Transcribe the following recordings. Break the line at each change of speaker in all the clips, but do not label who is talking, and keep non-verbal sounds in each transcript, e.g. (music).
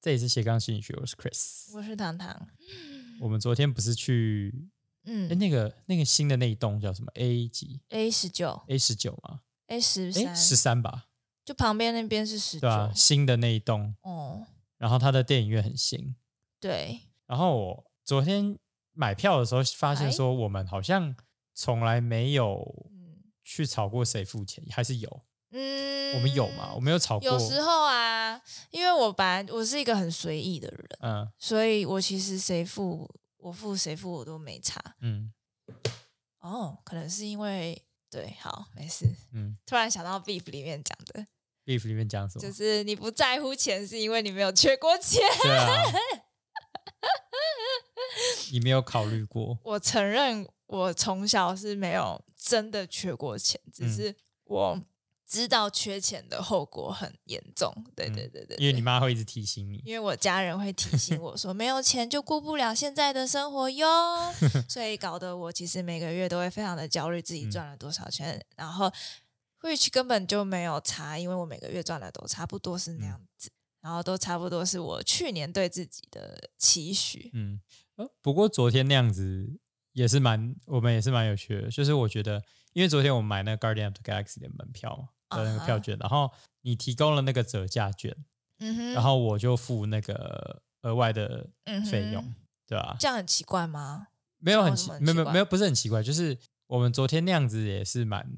这也是斜杠心理学，我是 Chris。
我是糖糖，
我们昨天不是去哎
嗯
那个那个新的那一栋叫什么 A 几
，A 十九
A 十九吗？
，A 十
哎
三，
十三吧，
就旁边那边是十九
对，啊，新的那一栋，
哦，
然后它的电影院很新。
对，
然后我昨天买票的时候发
哎
现说，我们好像从来没有
嗯
去吵过谁付钱，还是有
嗯
我们有嘛？我们有吵过
有，时候啊，因为我本来我是一个很随意的人，
嗯
所以我其实谁付我付谁付我都没差。
嗯
哦，可能是因为对，好，没事。
嗯啊
突然想到 Beef 里面讲的，
，Beef 里面讲什么
就？是你不在乎钱，是因为你没有缺过钱。
对
(laughs)
啊，你没有考虑过，
我承认我从小是没有真的缺过钱，只
嗯
是我知道缺钱的后果很严重。对
嗯
对对对
因为你
对
妈会一直提醒你。
因为我家人会提醒我说，没有钱就过不了现在的生
(laughs)
活哟，所以搞得我其实每个月都会非常的焦虑，自己
嗯
赚了多少钱，然后 which 根本就没有差，因为我每个月赚的都差不多是
嗯
那样子，然后都差不多是我去年对自己的期许。
嗯，呃不过昨天那样子也是蛮，我们也是蛮有趣的。就是我觉得，因为昨天我买那个 Guardian of the Galaxy 的门票嘛，的那
啊
个
哈
票券，然后你提供了那个折价券，
嗯哼，
然后我就付那个额外的
嗯哼
费用，对吧、
这样很奇怪吗？
没有
这
很
有
奇
什么，很
没有
奇
没有
怪
没有，不是很奇怪，就是我们昨天那样子也是蛮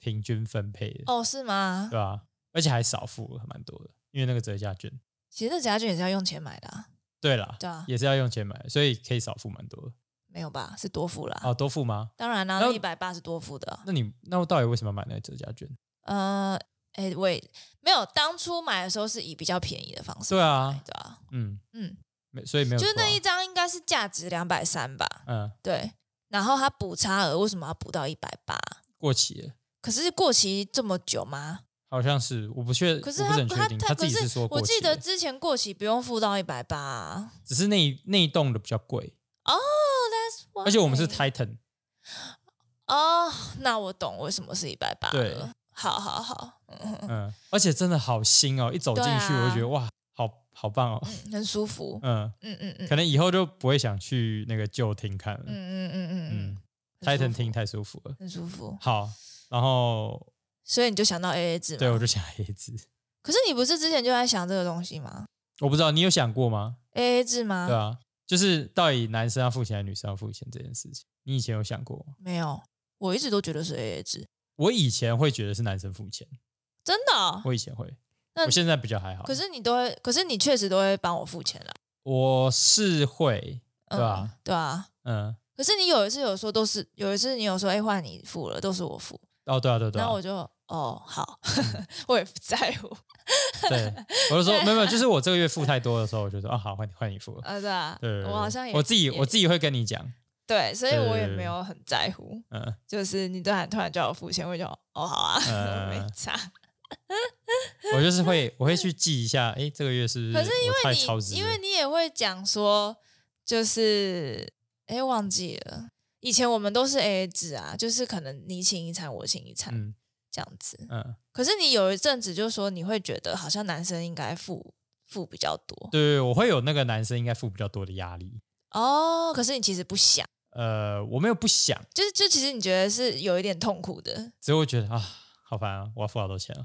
平均分配的，
哦，是吗
对？吧、而且还少付了蛮多的，因为那个折价券。
其实这夹卷也是要用钱买的、啊，
对啦，
对啊
也是要用钱买的，所以可以少付蛮多的。
没有吧？是多付啦。
哦，多付吗？
当然啦、
然
那
后
一百八是多付的啊。
那你那我到底为什么要买那个折价券？
呃，哎，喂，没有，当初买的时候是以比较便宜的方式
对啊
买的啊。
嗯，
嗯，
没，所以没有
就
错
是
啊，
那一张应该是价值两百三吧？
嗯
对，然后它补差额为什么要补到一百八？
过期了，
可是过期这么久吗？
好像是我不确，
可是
我不
它
很确
它
定，他
可
自己
是
是说过
我
期
记得
了
之前过期不用付到一百八啊。
只是那一那一栋的比较贵，
哦、t h a t s
而且我们是
why
Titan，
哦那我懂为什么是一百八
对
了。好好好，嗯，
嗯，而且真的好新哦，一走进
对
去我就觉得
啊
哇，好好棒哦，
嗯很舒服。
嗯，
嗯嗯嗯
可能以后就不会想去那个旧厅看了，
嗯嗯嗯嗯
嗯
很舒
，Titan
服
厅太舒服了
嗯，。很舒服。
好，然后
所以你就想到 AA 制嘛？
对我就想 (laughs) A 字，
可是你不是之前就在想这个东西吗
我不知道你有想过吗？
？AA 制吗？
对啊，就是到底男生要付钱还是女生要付钱这件事情，你以前有想过吗？
没有，我一直都觉得是 AA 制，
我以前会觉得是男生付钱，
真的哦、
我以前会，
那
我现在比较还好。
可是你都会，可是你确实都会帮我付钱了，
我是会，
嗯、
对啊？
对啊。
嗯，
可是你有一次有说都是，有一次你有说，哎、换你付了，都是我付，
哦，对啊，对啊对嗯
然
啊
后，我就，哦，好， (laughs) 我也不在乎，
对，
(laughs)
我就说没有没有，就是我这个月付太多的时候，我就说啊，好，换你换你付了。
啊，对啊，
对对，对
我好像也，
我自己我自
己
己会跟你讲，
对，所以
对对
我也
对
没有很在乎，
嗯
就是你突然突然叫我付钱，我就哦好啊， (laughs)
嗯
没差。
我就是会我会去记一下，哎，这个月是不是
可是
我太超
你
支了？
因为你也会讲说，就是哎忘记了，以前我们都是 A A 制啊，就是可能你请一餐，我请一餐、
嗯
这样子。
嗯，
可是你有一阵子就说你会觉得好像男生应该付付比较多
对对，我会有那个男生应该付比较多的压力。
哦，可是你其实不想，
呃，我没有不想，
就是就其实你觉得是有一点痛苦的，
只是我觉得啊，好烦啊，我要付好多钱啊。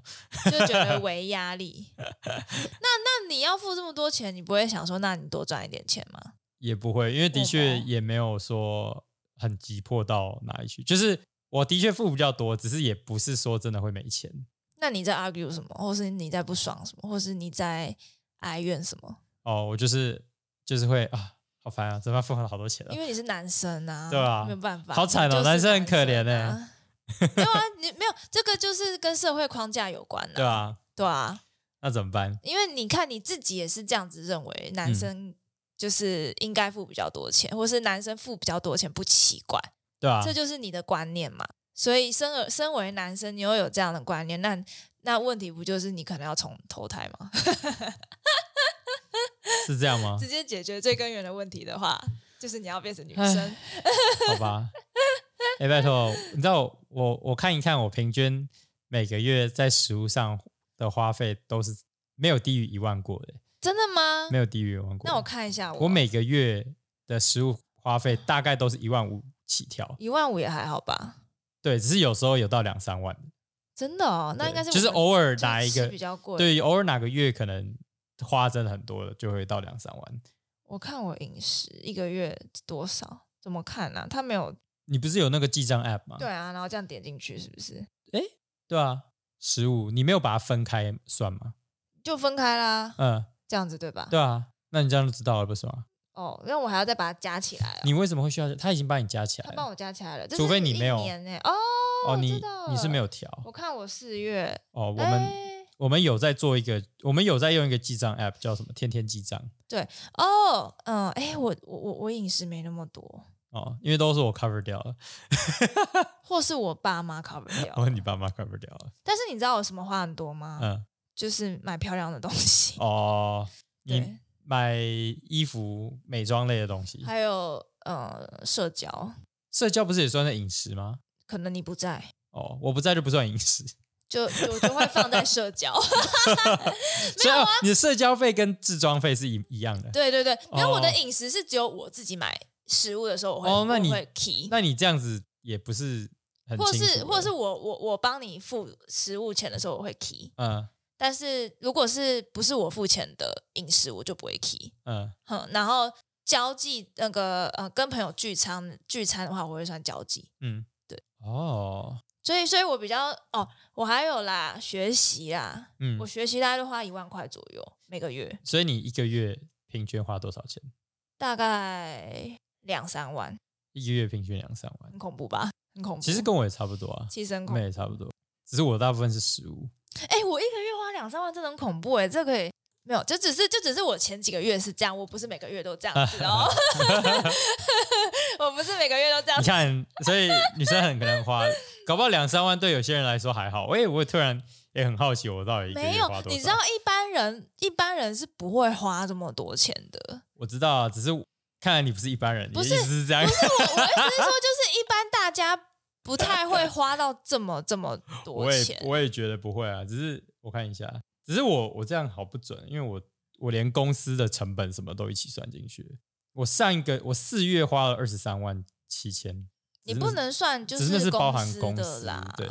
就觉得为
(laughs)
压力。那那你要付这么多钱，你不会想说，那你多赚一点钱吗？
也不会，因为的
为
确
什么
也没有说很急迫到哪里去，就是我的确付比较多，只是也不是说真的会没钱
那你在 argue 什么，或是你在不爽什么，或是你在哀怨什么？
哦，我就是就是会啊，好烦啊，怎么付了好多钱啊
因？为你是男生啊，
对啊
没有办法，
好惨哦
你就是
男
男
生很可怜
生啊 (laughs)
欸。
没有啊，你没有这个就是跟社会框架有关的、
对啊，
对啊，
那怎么办？
因为你看你自己也是这样子认为，男
嗯
生就是应该付比较多钱，或是男生付比较多钱不奇怪。
对啊
这，就是你的观念嘛。所以生而身为男生，你又有这样的观念，那那问题不就是你可能要从投胎吗？
啊是这样吗
(laughs) 直？接解决最根源的问题的话，就是你要变成女生。
好
(laughs)
吧，哎、拜托，你知道我我我看一看，我平均每个月在食物上的花费都是没有低于一万过的，
真的吗？
没有低于王国。
那我看一下我，
我每个月的食物花费大概都是一万五起跳，
一万五也还好吧？
对，只是有时候有到两三万的，
真的哦，那应该是
对就是
我们
偶尔
就是
拿一
吃
个
比较贵。，
对，偶尔哪个月可能花真的很多了，就会到两三万。
我看我饮食一个月多少，怎么看呢、啊？他没有
你不是有那个记账 app 吗？
对啊，然后这样点进去是不是
对啊，十五，你没有把它分开算吗？
就分开啦？
嗯，
这样子对吧？
对啊，那你这样就知道了，不是吗？
哦，那我还要再把它加起来、哦。
你为什么会需要？他已经帮你加起
他
来
帮
了。
我加起来了，这
除
是
非你
一
没有
年欸哦
哦，
我知
你
道
你是没
了
有调
我看我四月，哎
哦。我
我
们我们有在做一个，我们有在用一个记账 app，叫什么“天天记账
哦，嗯，哎、我我我我饮食没那么多，”
哦，因为都是我 cover 掉了，
或是我爸妈 cover 掉。
哦，你爸妈 cover 掉了，
但是你知道我什么花很多吗？
嗯，
就是买漂亮的东西，
哦，你
对，
买衣服、美妆类的东西，
还有呃社交，
社交不是也算在饮食吗？
可能你不在，
哦，我不在就不算饮食，
就就就会放在社交。 (laughs)
所以、哦、你的社交费跟置装费是一一样的。
啊对对对，因为我的
哦
饮食是只有我自己买食物的时候，我会、
哦那你
我会 key，
那你这样子也不是很
或
清
是
楚
或是
欸
我我我帮你付食物钱的时候，我会 key。
嗯
但是如果是不是我付钱的饮食，我就不会 key。
嗯
哼，然后交际那个呃跟朋友聚餐聚餐的话，我会算交际。
嗯，
对
哦
所以，所以我比较哦，我还有啦，学习啦，
嗯
我，学习大概就花一万块左右每个月，
所以你一个月平均花多少钱？
大概两三万，
一个月平均两三万
很，恐怖吧？很恐怖。
其实跟我也差不多啊，
其实很
我
恐
们也差不多，只是我大部分是食物。
哎、我一个月花两三万，真的很恐怖哎、这可以没有，这只是这只是我前几个月是这样，我不是每个月都这样
(laughs)
子哦， (laughs) 我不是每个月都这样
你
子。
看，所以女生很可能花，搞不好两三万对有些人来说还好。哎、我也突然也很好奇，我到底一个
没
月
有
花，多少？
你知道一般人一般人是不会花这么多钱的。
我知道啊，只是看来你不是一般人，你的
不
意
是
思是这样
不。是我，我意思是
(laughs)
说，就是一般大家不太会花到这么这么多
(laughs) 我也
钱。
我也觉得不会啊，只是我看一下，只是我我这样好不准，因为我我连公司的成本什么都一起算进去。我上一个我四月花了二十三万七千，
你
只是那
不
是
能算就
只是那是包
公
含
司
公
的
司
啦，
对，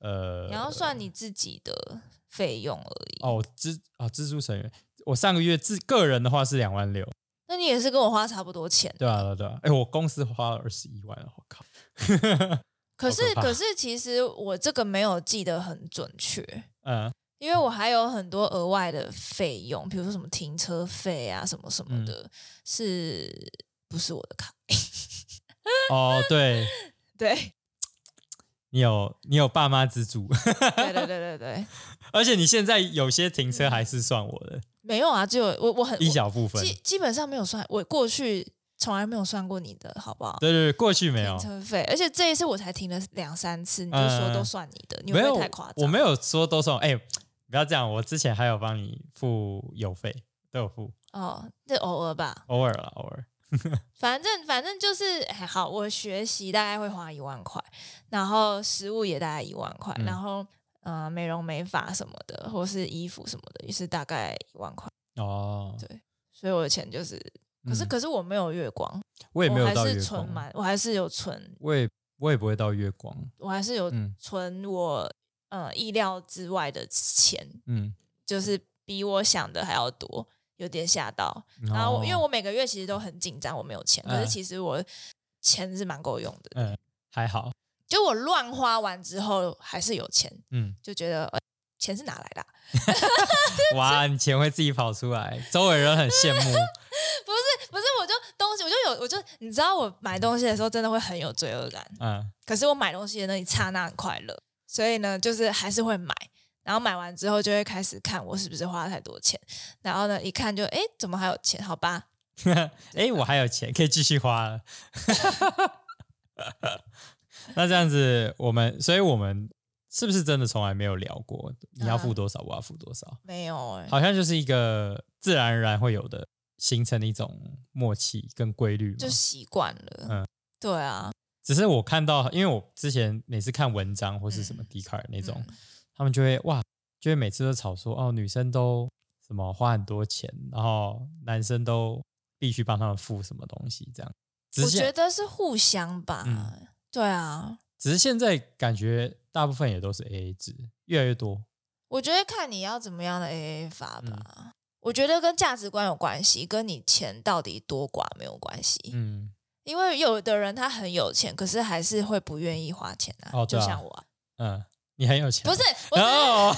呃，
你要算你自己的费用而已。
哦，支啊支出成员，我上个月自个人的话是两万六，
那你也是跟我花差不多钱，
对啊对啊对啊，哎，我公司花了二十一万了，我靠，
可是
好可怕
可是其实我这个没有记得很准确。
嗯
因为我还有很多额外的费用，比如说什么停车费啊，什么什么
嗯
的，是不是我的卡？ (laughs)
哦，对
对，
你有你有爸妈资助，
对对对对对，
而且你现在有些停车还是算我的
没有啊，只有我我很
一
我
小部分，
基基本上没有算，我过去从来没有算过你的，好不好？
对对对，过去没有
停，车费，而且这一次我才停了两三次，你就说都算你的，你会
嗯没
不
有
会太夸张？
我没有说都送，哎、不要这样，我之前还有帮你付邮费，都有付，
哦，这偶尔吧，
偶尔啦，偶尔。
反正反正就是哎好，我学习大概会花一万块，然后食物也大概一万块，
嗯
然后呃美容美发什么的，或是衣服什么的，也是大概一万块，
哦，
所以我的钱就是，可是、
嗯
可是我没有月光，
我也没
我
有
还
到月
是存
光，
满，我还是有存，
我也我也不会到月光，
我还是有
嗯
存我、呃意料之外的钱，
嗯，
就是比我想的还要多，有点吓到。然后我、因为
哦
我每个月其实都很紧张，我没有钱，可
嗯
是其实我钱是蛮够用的，
嗯还好，
就我乱花完之后还是有钱，
嗯，
就觉得、呃钱是哪来的啊、 (laughs)
(laughs) 哇，你钱会自己跑出来，周围人很羡
(laughs)
慕，
不是，我就东西，我就有，我就你知道，我买东西的时候真的会很有罪恶感，
嗯
可是我买东西的那一刹那很快乐，所以呢，就是还是会买。然后买完之后就会开始看我是不是花了太多钱，然后呢一看就哎怎么还有钱？好吧，
哎、我还有钱可以继续花了。 (laughs) 那这样子，我们，所以我们是不是真的从来没有聊过你要付
嗯
多少，我要付多少？
没有哎、
好像就是一个自然而然会有的，形成的一种默契跟规律嘛。
就习惯了。
嗯
对啊，
只是我看到，因为我之前每次看文章或是什么 d 卡尔那种，
嗯
他们就会哇，就会每次都吵说哦，女生都什么花很多钱，然后男生都必须帮他们付什么东西这样。只
我
是现
觉得是互相吧。
嗯
对啊，
只是现在感觉大部分也都是 A A 制，越来越多。
我觉得看你要怎么样的 AA 法吧。
嗯
我觉得跟价值观有关系，跟你钱到底多寡没有关系。
嗯，
因为有的人他很有钱，可是还是会不愿意花钱啊。
哦对
就
啊
像我啊、
嗯，你很有钱， (laughs)
不是，我只是、
哦，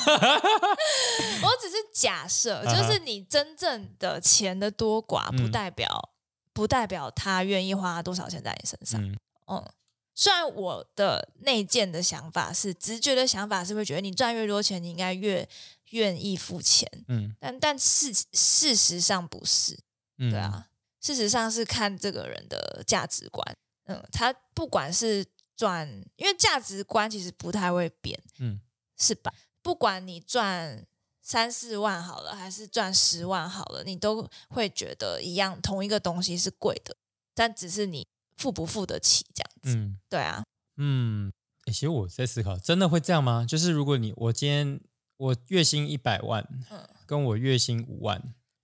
我只是假设，
啊哈
就是你真正的钱的多寡，不
嗯
代表、不代表他愿意花多少钱在你身上。
嗯
嗯，虽然我的内建的想法是，直觉的想法是会觉得你赚越多钱，你应该越愿意付钱，
嗯
但但事事实上不是，
嗯，
对啊，事实上是看这个人的价值观，嗯，他不管是赚，因为价值观其实不太会变，
嗯，
是吧？不管你赚三四万好了，还是赚十万好了，你都会觉得一样，同一个东西是贵的，但只是你付不付得起这样子，
嗯
对啊，
嗯、诶其实我在思考，真的会这样吗？就是如果你我今天我月薪一百万，
嗯
跟我月薪五万，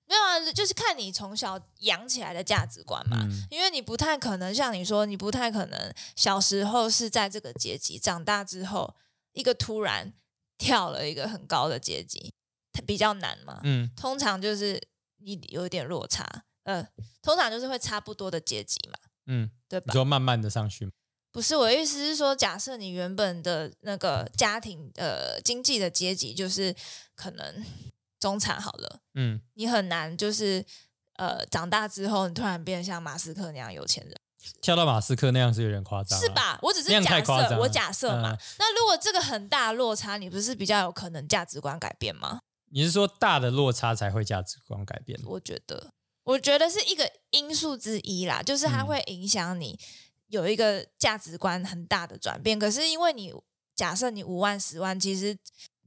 没有啊，就是看你从小养起来的价值观嘛。
嗯
因为你不太可能像你说，你不太可能小时候是在这个阶级，长大之后一个突然跳了一个很高的阶级，它比较难嘛。
嗯
通常就是你有一点落差，呃，通常就是会差不多的阶级嘛，
嗯，
对
你
吧？
说慢慢的上去吗，
不是我的意思是说，假设你原本的那个家庭呃经济的阶级就是可能中产好了，
嗯，
你很难就是呃长大之后你突然变得像马斯克那样有钱人。
跳到马斯克那样是有点夸张，
是？吧？我只是
那样
假
啊太夸张
设，
了
我假设嘛。
嗯
那如果这个很大的落差，你不是比较有可能价值观改变吗？
你是说大的落差才会价值观改变？
我觉得，我觉得是一个因素之一啦，就是它
嗯
会影响你有一个价值观很大的转变。可是因为你假设你五万、十万，其实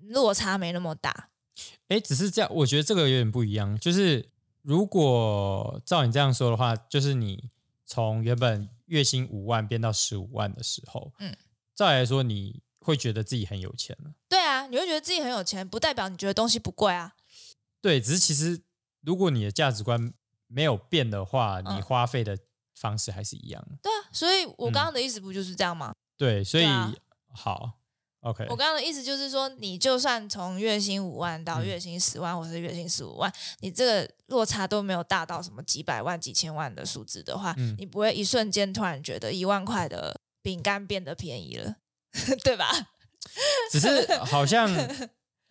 落差没那么大。
哎，只是这样，我觉得这个有点不一样。就是如果照你这样说的话，就是你从原本月薪五万变到十五万的时候，
嗯
嗯，照理来说你会觉得自己很有钱了。
对啊，你会觉得自己很有钱，不代表你觉得东西不贵啊。
对，只是其实如果你的价值观没有变的话，
嗯
你花费的方式还是一样。
对啊，所以我
嗯
刚刚的意思不就是这样吗？
对，所以、
对啊
好，OK，
我刚刚的意思就是说，你就算从月薪五万到
嗯
月薪十万，或是月薪十五万，你这个落差都没有大到什么几百万、几千万的数字的话，
嗯
你不会一瞬间突然觉得一万块的饼干变得便宜了， (laughs) 对吧？
只是好像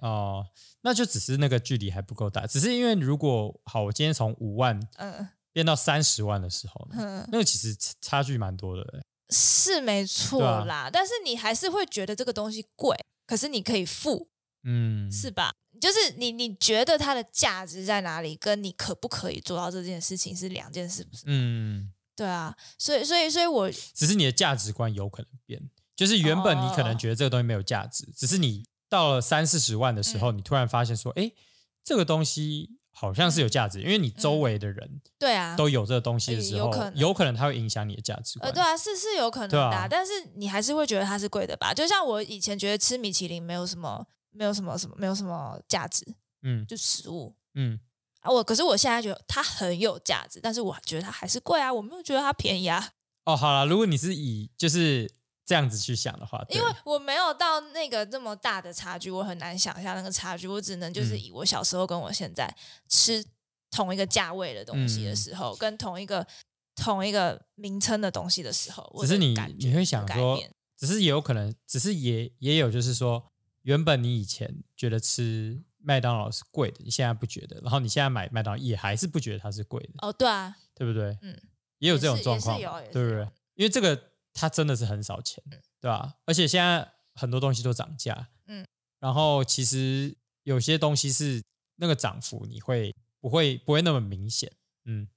哦、那就只是那个距离还不够大。只是因为如果好，我今天从五万
嗯
变到三十万的时候呢，
嗯，
那个其实差差距蛮多的欸、
是没错
对啊
啦，但是你还是会觉得这个东西贵，可是你可以付，
嗯，
是吧？就是你你觉得它的价值在哪里，跟你可不可以做到这件事情是两件事，不是？
嗯，
对啊，所以所以所以我
只是你的价值观有可能变，就是原本你可能觉得这个东西没有价值，只是你到了三四十万的时候，
嗯
你突然发现说，哎、这个东西好像是有价值，因为你周围的人
对啊，
都有这个东西的时候，
哎有可能
它会影响你的价值观。
呃，对啊，是是有可能的啊、
对啊
但是你还是会觉得它是贵的吧？就像我以前觉得吃米其林没有什么，没有什么什么，没有什么价值，
嗯
就食物
嗯
啊。我可是我现在觉得它很有价值，但是我觉得它还是贵啊，我没有觉得它便宜啊，
哦，好了，如果你是以就是这样子去想的话，对
因为我没有到那个这么大的差距，我很难想象那个差距。我只能就是
嗯
以我小时候跟我现在吃同一个价位的东
嗯
西的时候，跟同一个同一个名称的东西的时候，我
只是
的
你
感觉
你会
的
想
改
说
变，
只是也有可能，只是也也有就是说，原本你以前觉得吃麦当劳是贵的，你现在不觉得，然后你现在买麦当劳也还是不觉得它是贵的，
哦，对啊，
对不对？
嗯，
也有这
也
种
是
状况
也是
嘛
有，也
对不
是
对
有？
因为这个它真的是很少钱，对吧、而且现在很多东西都涨价，
嗯，
然后其实有些东西是那个涨幅你会不会不会那么明显，嗯，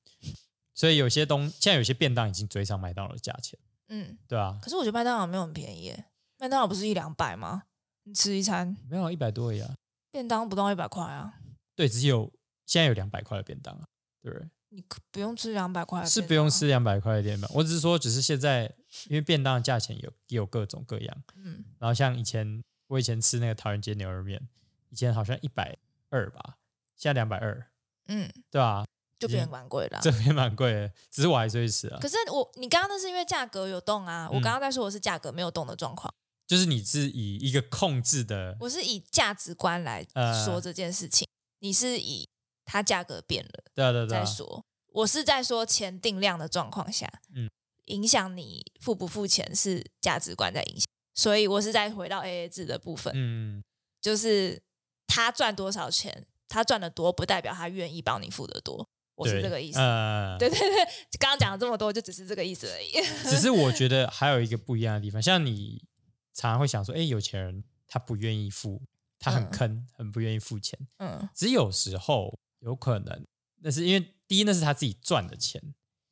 所以有些东现在有些便当已经追上麦当劳的价钱，
嗯。
对吧、啊？
可是我觉得麦当劳没有很便宜耶，麦当劳不是一两百吗？你吃一餐
没有一百多而已啊，
便当不到一百块啊，
对，只有现在有两百块的便当啊，对不对？
你可不用吃两百块，
是不用。吃两百块的便当，我只是说，只是现在因为便当的价钱有也有各种各样，
嗯，
然后像以前我以前吃那个桃园街牛肉面，以前好像一百二吧，现在两百二，
嗯，
对吧？
就变得蛮贵了啊、
这边蛮贵的，只是我还是会吃啊。
可是我，你刚刚那是因为价格有动啊，我
嗯
刚刚在说我是价格没有动的状况，
就是你是以一个控制的，
我是以价值观来
呃
说这件事情，你是以它价格变了
对啊对啊对
再
啊，
说，我是在说钱定量的状况下，
嗯
影响你付不付钱是价值观在影响，所以我是在回到 AA 制的部分，
嗯，
就是他赚多少钱，他赚的多不代表他愿意帮你付的多，我是
对
这个意思。
呃，
对对对，刚刚讲了这么多，就只是这个意思而已。 (laughs)
只是我觉得还有一个不一样的地方，像你常常会想说，哎，有钱人他不愿意付，他很
嗯
坑，很不愿意付钱。
嗯，
只有时候有可能，那是因为第一那是他自己赚的钱，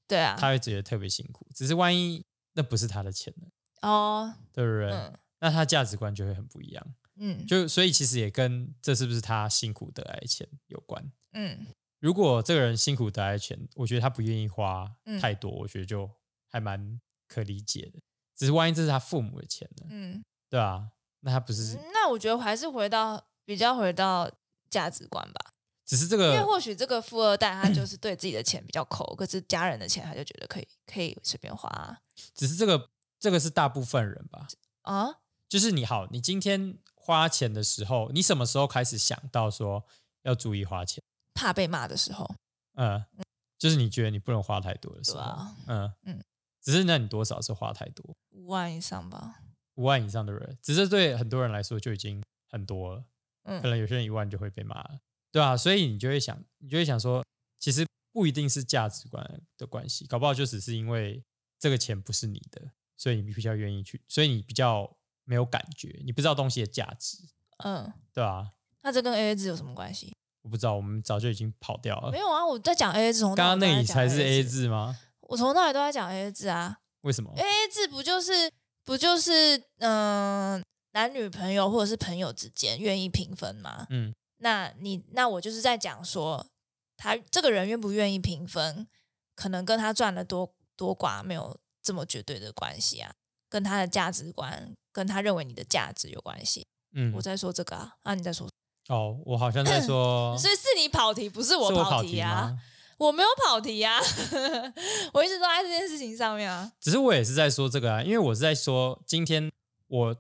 对啊。
他会觉得特别辛苦。只是万一那不是他的钱呢，
哦，
对不对？
嗯
那他价值观就会很不一样。
嗯
就所以其实也跟这是不是他辛苦得来的钱有关。
嗯
如果这个人辛苦得来的钱，我觉得他不愿意花
嗯
太多，我觉得就还蛮可理解的。只是万一这是他父母的钱呢，
嗯，
对啊，那他不是、
那我觉得还是回到比较回到价值观吧，
只是这
因为
个
或许这个富二代他就是对自己的钱比较抠，可是家人的钱他就觉得可以可以随便花啊。
只是这个这个是大部分人吧？
啊
就是你好，你今天花钱的时候，你什么时候开始想到说要注意花钱？
怕被骂的时候，
嗯，就是你觉得你不能花太多的时
对
候，
啊，
嗯嗯
嗯，
只是那你多少是花太多？
五万以上吧，
五万以上的人，只是对很多人来说就已经很多了，可
嗯
能有些人一万就会被骂了，对啊，所以你就会想，你就会想说，其实不一定是价值观的关系，搞不好就只是因为这个钱不是你的，所以你比较愿意去，所以你比较没有感觉，你不知道东西的价值，
嗯，
对啊，
那这跟 AA 制有什么关系？
我不知道，我们早就已经跑掉了
(laughs) 没。有啊，我在讲 AA 制，从头
刚
到
刚
尾
那
都
里
在讲
才是 A
AA 制，
字吗？
我从头到尾都在讲 AA 制啊。
为什么？
A A 制不就是不就是嗯、呃男女朋友或者是朋友之间愿意平分吗？
嗯，
那你那我就是在讲说，他这个人愿不愿意平分，可能跟他赚的多多寡没有这么绝对的关系啊，跟他的价值观跟他认为你的价值有关系。
嗯
我，在说这个啊，啊你在说，
哦，我好像在说，
所以 (clears throat) 是你跑题，不是我
哦是我
跑
题
啊，
吗？
我没有跑题啊， (laughs) 我一直都在这件事情上面啊，
只是我也是在说这个啊，因为我是在说，今天我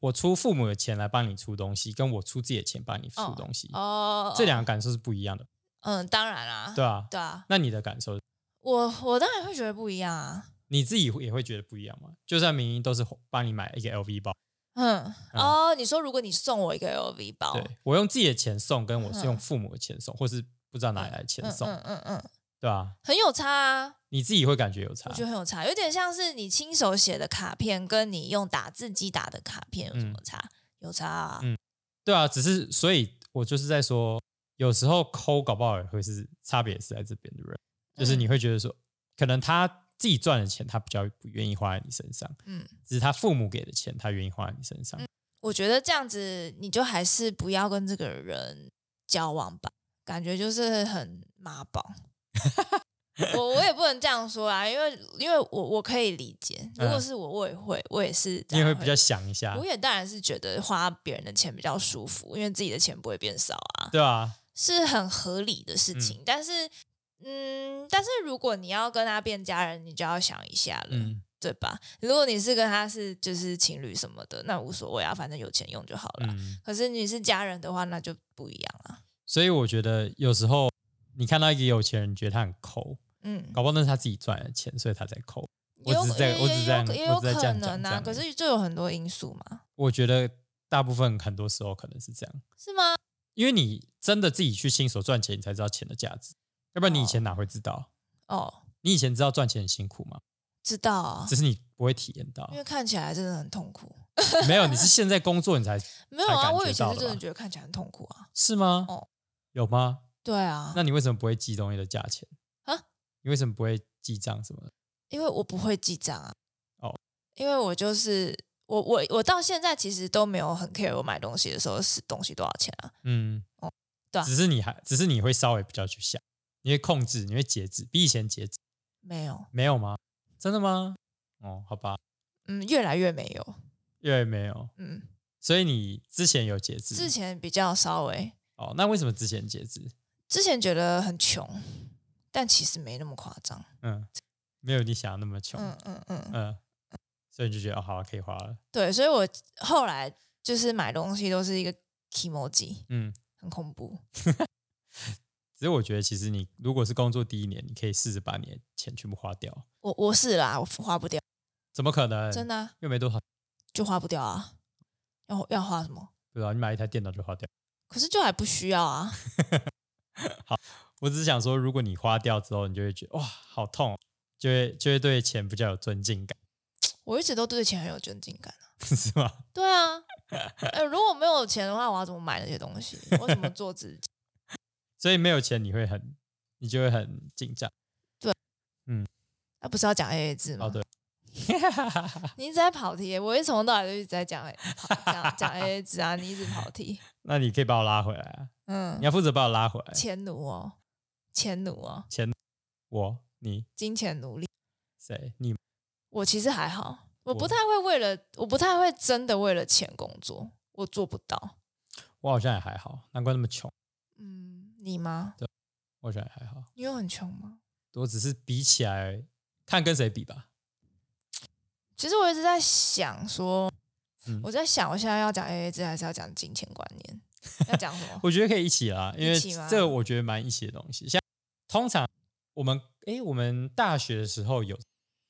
我出父母的钱来帮你出东西，跟我出自己的钱帮你出东西，
哦，
这两个感受是不一样的，
嗯，当然啦、
对啊。
对啊，
那你的感受，
我我当然会觉得不一样啊。
你自己也会觉得不一样吗？就算明明都是帮你买一个 LV 包，
嗯，哦，你说如果你送我一个 LV 包，
对我用自己的钱送，跟我是用
哦嗯
父母的钱送，或是不知道哪里来的钱
嗯
送，
嗯嗯嗯，
对啊，
很有差啊，
你自己会感觉有差
我，觉得很有差，有点像是你亲手写的卡片跟你用打字机打的卡片有什么差？有差啊，
嗯对啊，只是所以，我就是在说，有时候抠搞不好也会是差别是在这边的人，就是
嗯
你会觉得说，可能他自己赚的钱，他比较不愿意花在你身上，
嗯
只是他父母给的钱，他愿意花在你身上。
我觉得这样子你就还是不要跟这个人交往吧，感觉就是很妈宝。 (laughs) 我我也不能这样说啊，因为因为我我可以理解，如果
嗯
是我我也会，我也是这
你也
样
会比较想一下
我，也当然是觉得花别人的钱比较舒服，因为自己的钱不会变少啊，
对啊，
是很合理的事情。但是，嗯，但是如果你要跟他变家人，你就要想一下了，
嗯
对吧？如果你是跟他是就是情侣什么的，那无所谓啊，反正有钱用就好了啊。
嗯，
可是你是家人的话，那就不一样了。
所以我觉得有时候你看到一个有钱人，你觉得他很抠，
嗯，
搞不好那是他自己赚的钱，所以他在抠。我
有
只是在
也
我只
也
是在
有也
我
有
只是在这
可
样讲
能
这
啊，
样
可
而已
是就有很多因素嘛，
我觉得大部分很多时候可能是这样，
是吗？
因为你真的自己去亲手赚钱，你才知道钱的价值，要不然你以前哪会知道？
哦，
你以前知道赚钱很辛苦吗？
知道啊
只，是你不会体验到
因，为看起来真的很痛苦。
没有，你是现在工作你才
没有
才
啊，
感
我
觉
以前
到的
是真的
吧
觉得看起来很痛苦啊。
是吗？
哦
有吗？
对啊，
那你为什么不会记东西的价钱
啊？
你为什么不会记账什么的？
因为我不会记账啊。
哦，
因为我就是我我我到现在其实都没有很 care 我买东西的时候是东西多少钱啊。
嗯，
哦对啊
只是你还只是你会稍微比较去想，你会控制，你会节制，比以前节制，
没有，
没有吗？真的吗？哦，好吧，
嗯，越来越没有，
越来越没有，
嗯，
所以你之前有节制，
之前比较稍微
哦，那为什么之前节制？
之前觉得很穷，但其实没那么夸张。
嗯，没有你想的那么穷，
嗯嗯嗯，
嗯，所以你就觉得哦，好、啊，可以花了，
对，所以我后来就是买东西都是一个 emoji，
嗯。
很恐怖。
只是我觉得，其实你如果是工作第一年，你可以试着把你的钱全部花掉，
我我是啦，我花不掉，
怎么可能？
真
的
的啊、
又没多少，
就花不掉啊。要要花什么？
对吧、啊你买一台电脑就花掉。
可是就还不需要啊。
我只是想说，如果你花掉之后，你就会觉得哇，好痛哦，就会就会对钱比较有尊敬感， (laughs)
我一直都对钱很有尊敬感、啊。
是吗？
对
(laughs)
啊，呃，如果没有钱的话，我要怎么买那些东西？我怎么做自己？
所以没有钱你会很，你就会很紧张。
那、不是要讲 AA 制
哦，
吗？(laughs)
对，
你一直在跑题耶，我一从头到尾就一直在讲跑讲讲 AA 制啊，你一直跑题。
那你可以把我拉回来啊，
嗯
你，要负责把我拉回来。
钱奴哦，钱奴哦，
我、你、
金钱奴隶。
谁、你，
我其实还好，我不
我
太会为了，我不太会真的为了钱工作，我做不到。
我好像也还好，难怪那么穷。
嗯，你吗？
我好像也还好，
你有很穷吗？
我只是比起来看跟谁比吧。
其实我一直在想说，
嗯
我在想我现在要讲 AA 制还是要讲金钱观念，要讲什么？
我觉得可以一起啦，因为
一起吗
这个我觉得蛮一起的东西。像通常我们诶，我们大学的时候有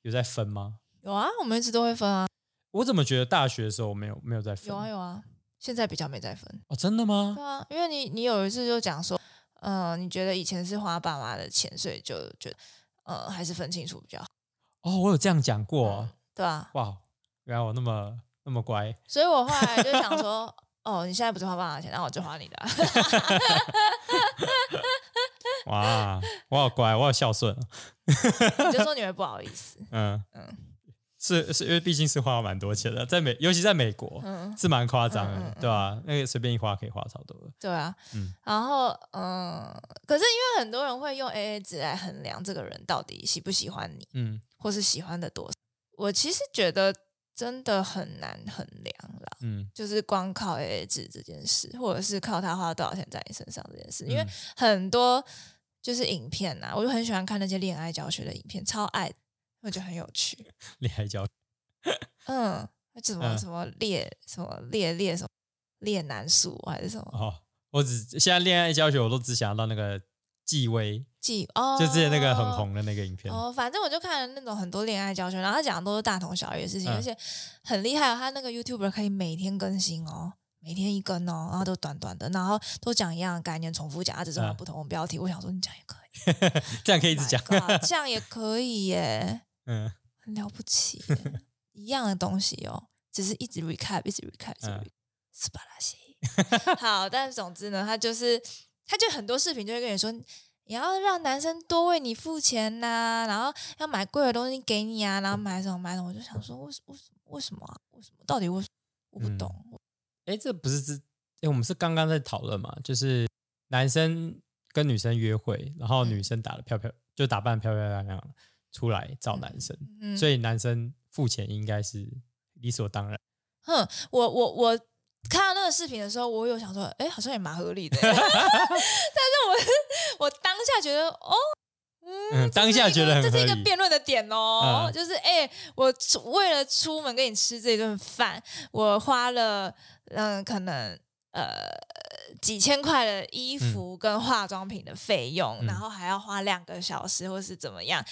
有在分吗？
(laughs) 有啊，我们一直都会分啊，
我怎么觉得大学的时候没有没有在分？
有啊有啊，现在比较没在分。
哦，真的吗
对？啊，因为你你有一次就讲说，呃，你觉得以前是花爸妈的钱，所以就觉得，呃，还是分清楚比较好。
哦，我有这样讲过哦、
对啊，
哇，原来我那么那么乖，
所以我后来就想说，哦，你现在不是花爸妈的钱，那我就花你的啊、
哇，我好乖，我好孝顺哦，
你就说你会不好意思。 (laughs)
嗯嗯
嗯，
是是因为毕竟是花了蛮多钱的，在美尤其在美国、
嗯，
是蛮夸张的，
嗯嗯嗯
对吧、那个随便一花可以花超多的，
对啊，
嗯
然后嗯、呃可是因为很多人会用 AA 制来衡量这个人到底喜不喜欢你，
嗯，
或是喜欢的多少。我其实觉得真的很难衡量啦。
嗯，
就是光靠 AA 制这件事，或者是靠他花多少钱在你身上这件事，
嗯
因为很多就是影片啊，我就很喜欢看那些恋爱教学的影片，超爱，我觉得很有趣。
厉害教，
嗯，什么
嗯
什么猎什么猎猎什么猎男术还是什么
哦，我只现在恋爱教学我都只想到那个纪薇，
记哦，
就之前那个很红的那个影片，
哦，反正我就看了那种很多恋爱教学，然后他讲的都是大同小异的事情，
嗯
而且很厉害哦。他那个 YouTuber 可以每天更新哦，每天一更哦，然后都短短的，然后都讲一样的概念，重复讲，他只是换
嗯
不同的标题。我想说，你讲也可以，
这样可以一
一
直讲，
这样也可以耶，
(laughs) 嗯
很了不起耶一样的东西哦，只是一直 recap，一直 recap，一直
嗯
recap，斯巴拉西。 (laughs) 好，但总之呢，他就是，他就很多视频就会跟你说，你要让男生多为你付钱呐、然后要买贵的东西给你啊，然后买什么买什么，我就想说，为什为什么为什么啊？为什么？到底为什么？我不
嗯
懂。
哎，这不是之，哎，我们是刚刚在讨论嘛，就是男生跟女生约会，然后
嗯
女生打的漂漂，就打扮得漂漂亮亮出来找男生，
嗯，
所以男生付钱应该是理所当然。
哼，我我我看到那个视频的时候，我有想说，哎，好像也蛮合理的。 (laughs) 但是我我 (laughs) 当下觉得，哦，
嗯，当下觉得很
这是
合
一个
理。
辩论的点哦，
嗯
就是哎、我出为了出门跟你吃这顿饭，我花了嗯、可能呃几千块的衣服跟化妆品的费用，
嗯
然后还要花两个小时或是怎么样。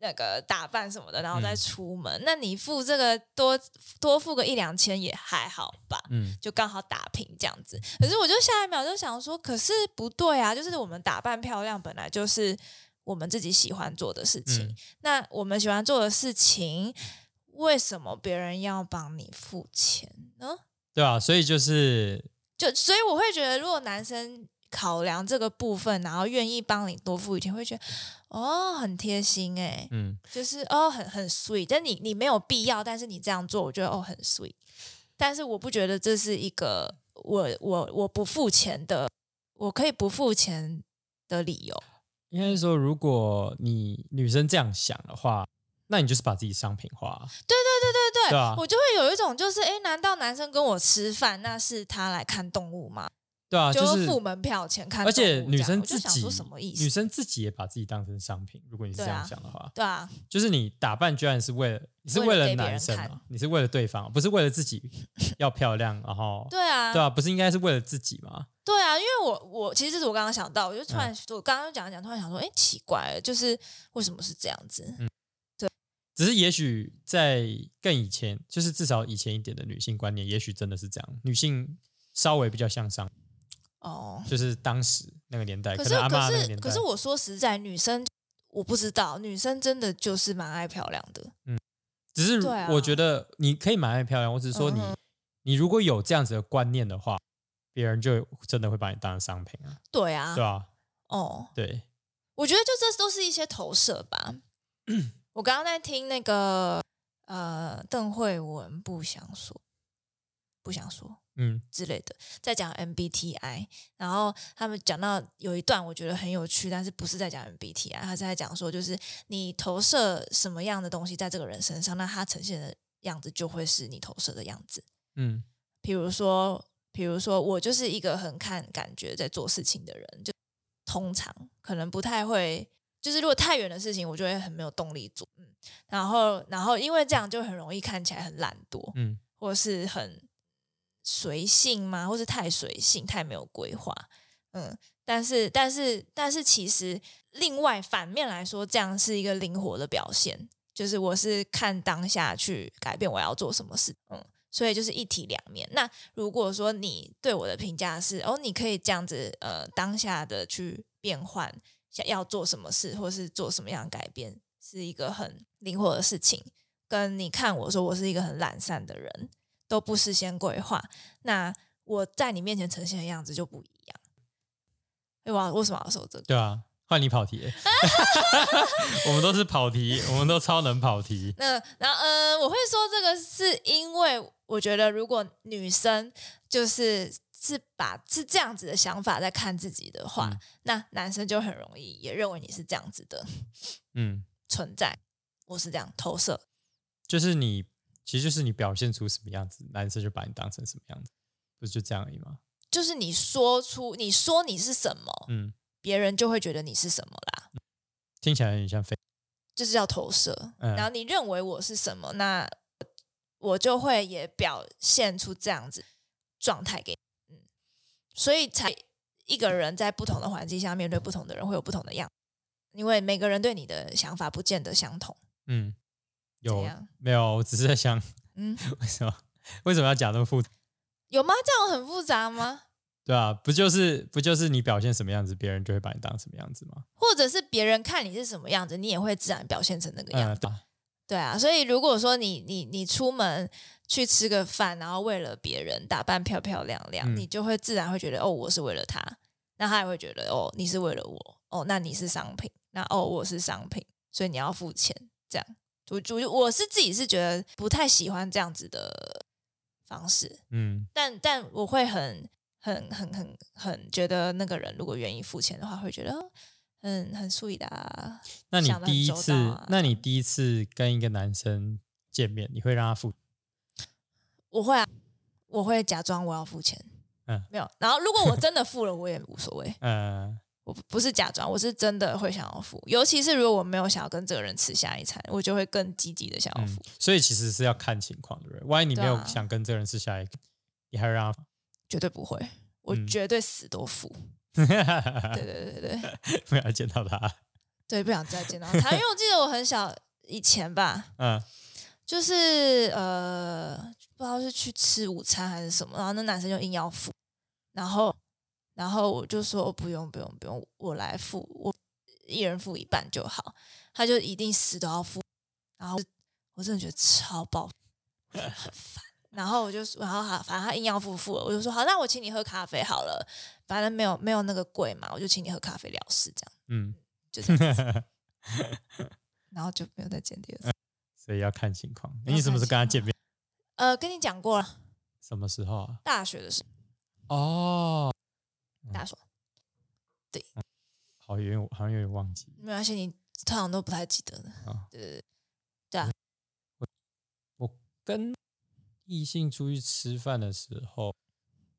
那个打扮什么的，然后再
嗯
出门，那你付这个多多付个一两千也还好吧？
嗯
就刚好打平这样子。可是我就下一秒就想说，可是不对啊，就是我们打扮漂亮本来就是我们自己喜欢做的事情，
嗯
那我们喜欢做的事情，为什么别人要帮你付钱呢？
对啊，所以就是
就所以我会觉得，如果男生考量这个部分，然后愿意帮你多付一点，会觉得哦很贴心哎、
嗯，
就是哦，很很 sweet，但你你没有必要，但是你这样做，我觉得哦很 sweet，但是我不觉得这是一个我我我不付钱的，我可以不付钱的理由。
应该是说，如果你女生这样想的话，那你就是把自己商品化啊。
对对
对啊
我就会有一种就是，哎，难道男生跟我吃饭，那是他来看动物吗？
对啊，就是
是付门票钱看动
而
物这样，
且女生自
我就想
己
说什么意
女
思？
生自己也把自己当成商品。如果你是这
对啊
样想的话，
对啊，
就是你打扮居然是为了你是
为了
了
给别人
男生
看
啊，你是为了对方，不是为了自
(laughs)
己要漂亮，然后
对啊，
对啊，不是应该是为了自己吗？
对啊，因为我我其实这是我刚刚想到，我
嗯
就突然、我刚刚讲一讲，突然想说，哎，奇怪，就是为什么是这样子？
嗯只是也许在更以前，就是至少以前一点的女性观念，也许真的是这样，女性稍微比较向上，
哦，
就是当时那个年代，
可
可
是
能阿妈那
可
个
是
年
可
代
是，我说实在，女生我不知道，女生真的就是蛮爱漂亮的，
只是
对啊
我觉得你可以蛮爱漂亮，我只是说你、
嗯
你如果有这样子的观念的话，别人就真的会把你当成商品啊，
对啊，
对啊，
哦，
对，
我觉得就这都是一些投射
(clears throat)
吧。我刚刚在听那个呃邓慧文不想说，不想说
嗯
之类的，在讲 MBTI，然后他们讲到有一段我觉得很有趣，但是不是在讲 MBTI，他是在讲说就是你投射什么样的东西在这个人身上，那他呈现的样子就会是你投射的样子。
嗯
比如说，比如说我就是一个很看感觉在做事情的人，就通常可能不太会，就是如果太远的事情，我就会很没有动力做。嗯，然后然后因为这样就很容易看起来很懒惰，
嗯
或是很随性吗？或是太随性、太没有规划？嗯，但是但是但是，其实另外反面来说，这样是一个灵活的表现，就是我是看当下去改变我要做什么事。嗯，所以就是一体两面。那如果说你对我的评价是哦，你可以这样子呃当下的去变换，想要做什么事，或是做什么样的改变，是一个很灵活的事情。跟你看我说我是一个很懒散的人，都不事先规划，那我在你面前呈现的样子就不一样。哎，我要为什么要说这个？
对啊，换你跑题
(laughs)
了，我们都是跑题，我们都超能跑题。
那然后呃，我会说这个是因为我觉得如果女生就是是把是这样子的想法在看自己的话，
嗯
那男生就很容易也认为你是这样子的
嗯，
存在。我是这样投射，
就是你，其实就是你表现出什么样子，男生就把你当成什么样子，不是就这样而已吗？
就是你说出你说你是什么，
嗯，
别人就会觉得你是什么啦。
听起来有点像废。
就是要投射，
嗯
然后你认为我是什么，那我就会也表现出这样子状态给你，嗯，所以才一个人在不同的环境下面对不同的人会有不同的样子，因为每个人对你的想法不见得相同，
嗯，有
怎样
没有？我只是在想，
嗯，
为什么为什么要讲那么复杂？
有吗？这样很复杂吗？
对啊，不就是不就是你表现什么样子，别人就会把你当什么样子吗？
或者是别人看你是什么样子，你也会自然表现成那个样
嗯，
子。
对啊
对啊，所以如果说你你你出门去吃个饭，然后为了别人打扮漂漂亮亮，
嗯
你就会自然会觉得哦，我是为了他，那他也会觉得哦，你是为了我，哦，那你是商品，那哦，我是商品，所以你要付钱，这样。我我我是自己是觉得不太喜欢这样子的方式，
嗯
但但我会很很很很很觉得那个人如果愿意付钱的话，会觉得哦很很 sweet 啊，
那你
想得很
第一
周到
次，
啊
那你第一次跟一个男生见面，你会让他付？
我会啊，我会假装我要付钱，
嗯
没有。然后如果我真的付了，我也无所谓，
呃，
我不不是假装，我是真的会想要付。尤其是如果我没有想要跟这个人吃下一餐，我就会更积极的想要
嗯
付。，
所以其实是要看情况，对不对？万一你没
对
有
啊
想跟这个人是下一个，你还会让
绝对不会，我
嗯
绝对死都付。
(laughs) 他
对对对对对
不要见到他？
对，不想再见到他，因为我记得我很小以前吧，
嗯
就是呃，不知道是去吃午餐还是什么，然后那男生就硬要付，然后然后我就说、哦、不用不用不用，我来付，我一人付一半就好。他就一定死都要付，然后我真的觉得超爆，我觉得很烦。然后我就然后他反正他硬要付付了，我就说好，那我请你喝咖啡好了，反正没有没有那个贵嘛，我就请你喝咖啡了事，这样
嗯， (laughs)
就这样子，然后就没有再见第二次。
所以要看情况。
要
你什么时候跟他
看情
见面？
呃，跟你讲过了，
什么时候啊？
大学的时候。
哦，
大爽，
好远，好像有点忘记。
没关系，你通常都不太记得的。
啊
对对对对啊，
跟异性出去吃饭的时候，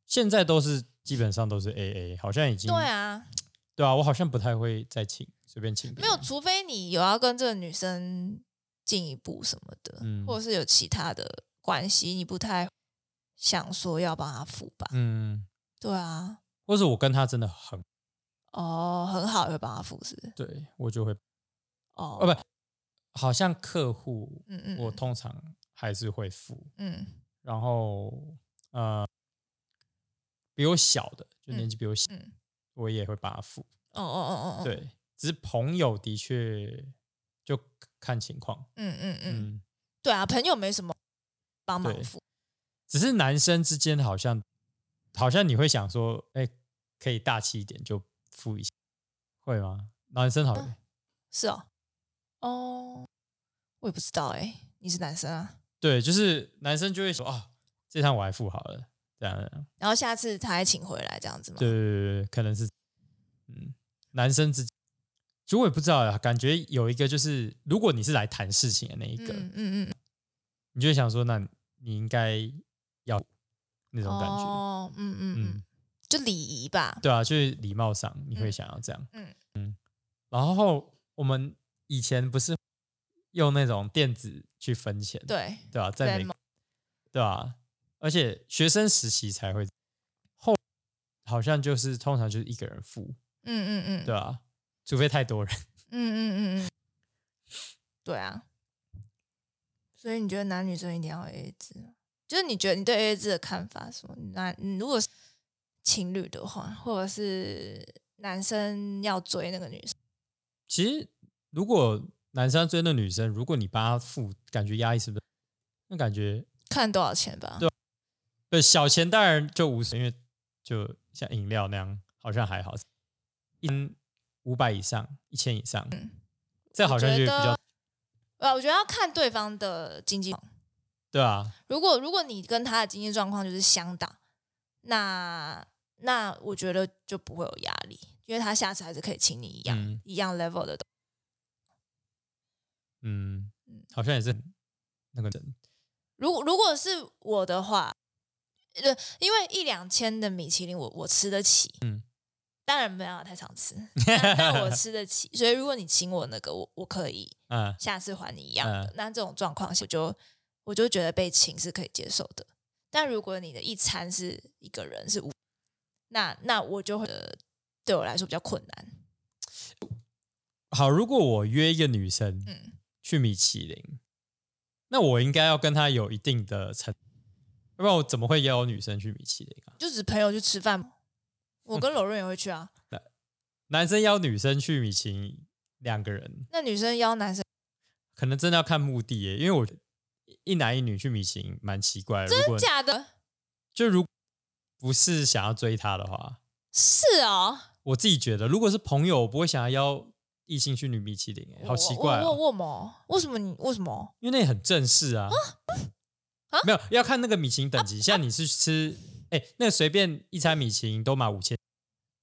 现在都是基本上都是 A A，好像已经
对啊，
对啊，我好像不太会再请，随便请别
没
人
有，除非你有要跟这个女生进一步什么的，
嗯
或者是有其他的关系，你不太想说要帮她付吧？
嗯，
对啊，
或者我跟他真的很
哦，很好，会帮她付是不是？
对，我就会
哦，
哦不，好像客户
嗯嗯，
我通常还是会付，
嗯
然后呃比我小的就年纪比我小，
嗯
我也会把他付，
哦哦哦哦哦，，
对，只是朋友的确就看情况，
嗯嗯嗯，
嗯，
对啊，朋友没什么帮忙
对
付，
只是男生之间好像好像你会想说，哎、可以大气一点就付一下，会吗？男生好像。
是哦，哦，我也不知道哎、你是男生啊，
对，就是男生就会说啊，这趟我还付好了，这样，
然后下次他还请回来这样子吗？
对对对对，可能是，嗯，男生之，其实我也不知道啊，感觉有一个就是，如果你是来谈事情的那一个，
嗯嗯嗯，
你就会想说，那你应该要那种感觉，
哦，嗯嗯嗯
嗯，，
就礼仪吧，
对啊，就是礼貌上你会想要这样，
嗯
嗯然后我们以前不是用那种电子去分钱，
对，
对啊，在美，对啊，而且学生实习才会，后好像就是通常就是一个人付，
嗯嗯嗯，
对啊，除非太多人，
嗯嗯嗯嗯，对啊。所以你觉得男女生一定要 AA 制吗？就是你觉得你对 AA 制的看法是什么？男你如果是情侣的话，或者是男生要追那个女生，
其实如果男生追那女生，如果你帮他付，感觉压力是不是？那感觉
看多少钱吧。
对对小钱当然就无所谓，因为就像饮料那样，好像还好，一五百以上，一千以上，这好像就比
嗯我觉
较
得呃，我觉得要看对方的经济状况。
对啊，
如果如果你跟他的经济状况就是相当，那那我觉得就不会有压力，因为他下次还是可以请你一样、
嗯
一样 level 的东
嗯，好像也是那个
嗯
人，
如果如果是我的话，呃，因为一两千的米其林我我吃得起，
嗯，
当然没有太常吃，但但我吃得起，所以如果你请我那个，我我可以
嗯
下次还你一样的。
嗯
那这种状况下，我就我就觉得被请是可以接受的。但如果你的一餐是一个人是五，那那我就会呃对我来说比较困难。
好，如果我约一个女生，
嗯
去米其林，那我应该要跟她有一定的成，要不然我怎么会邀女生去米其林啊？
就只朋友去吃饭，
嗯
我跟柔润也会去啊。
男生邀女生去米其林，两个人
那女生邀男生，
可能真的要看目的耶，因为我一男一女去米其林蛮奇怪的。如果
假的
就如不是想要追她的话，
是哦。
我自己觉得，如果是朋友，我不会想要邀异性去女米其林耶，好奇怪、
我
哦，
我问么？为什么你为什么？
因为那很正式啊。
啊
没有要看那个米其林等级，像你是吃哎、那随便一餐米其林都满五千。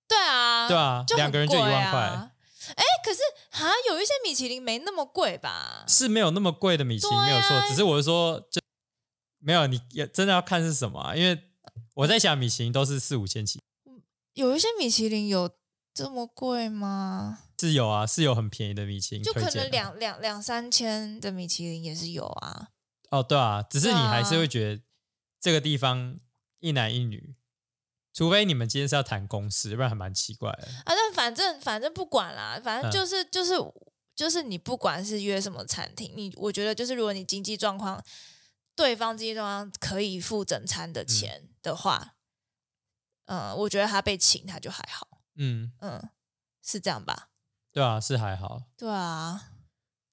对啊，
对啊
就很
两个人就
贵啊
1万块。
哎、可是啊，有一些米其林没那么贵吧？
是没有那么贵的米其林，
对啊
没有错。只是我是说，就没有你也真的要看是什么、啊，因为我在想米其林都是四五千起，
有一些米其林有这么贵吗？
是有啊，是有很便宜的米其林
就
推
可
荐啊的。
能两两两三千的米其林也是有啊。
哦，对啊，只是你
对啊
还是会觉得这个地方一男一女，除非你们今天是要谈公事，不然还蛮奇怪的。
啊，但反正反正不管啦，反
嗯
正就是、就是就是你不管是约什么餐厅，你我觉得就是如果你经济状况，对方经济状况可以付整餐
嗯
的钱的话，嗯，我觉得他被请他就还好，
嗯，
嗯，是这样吧？
对啊，是还好。
对啊，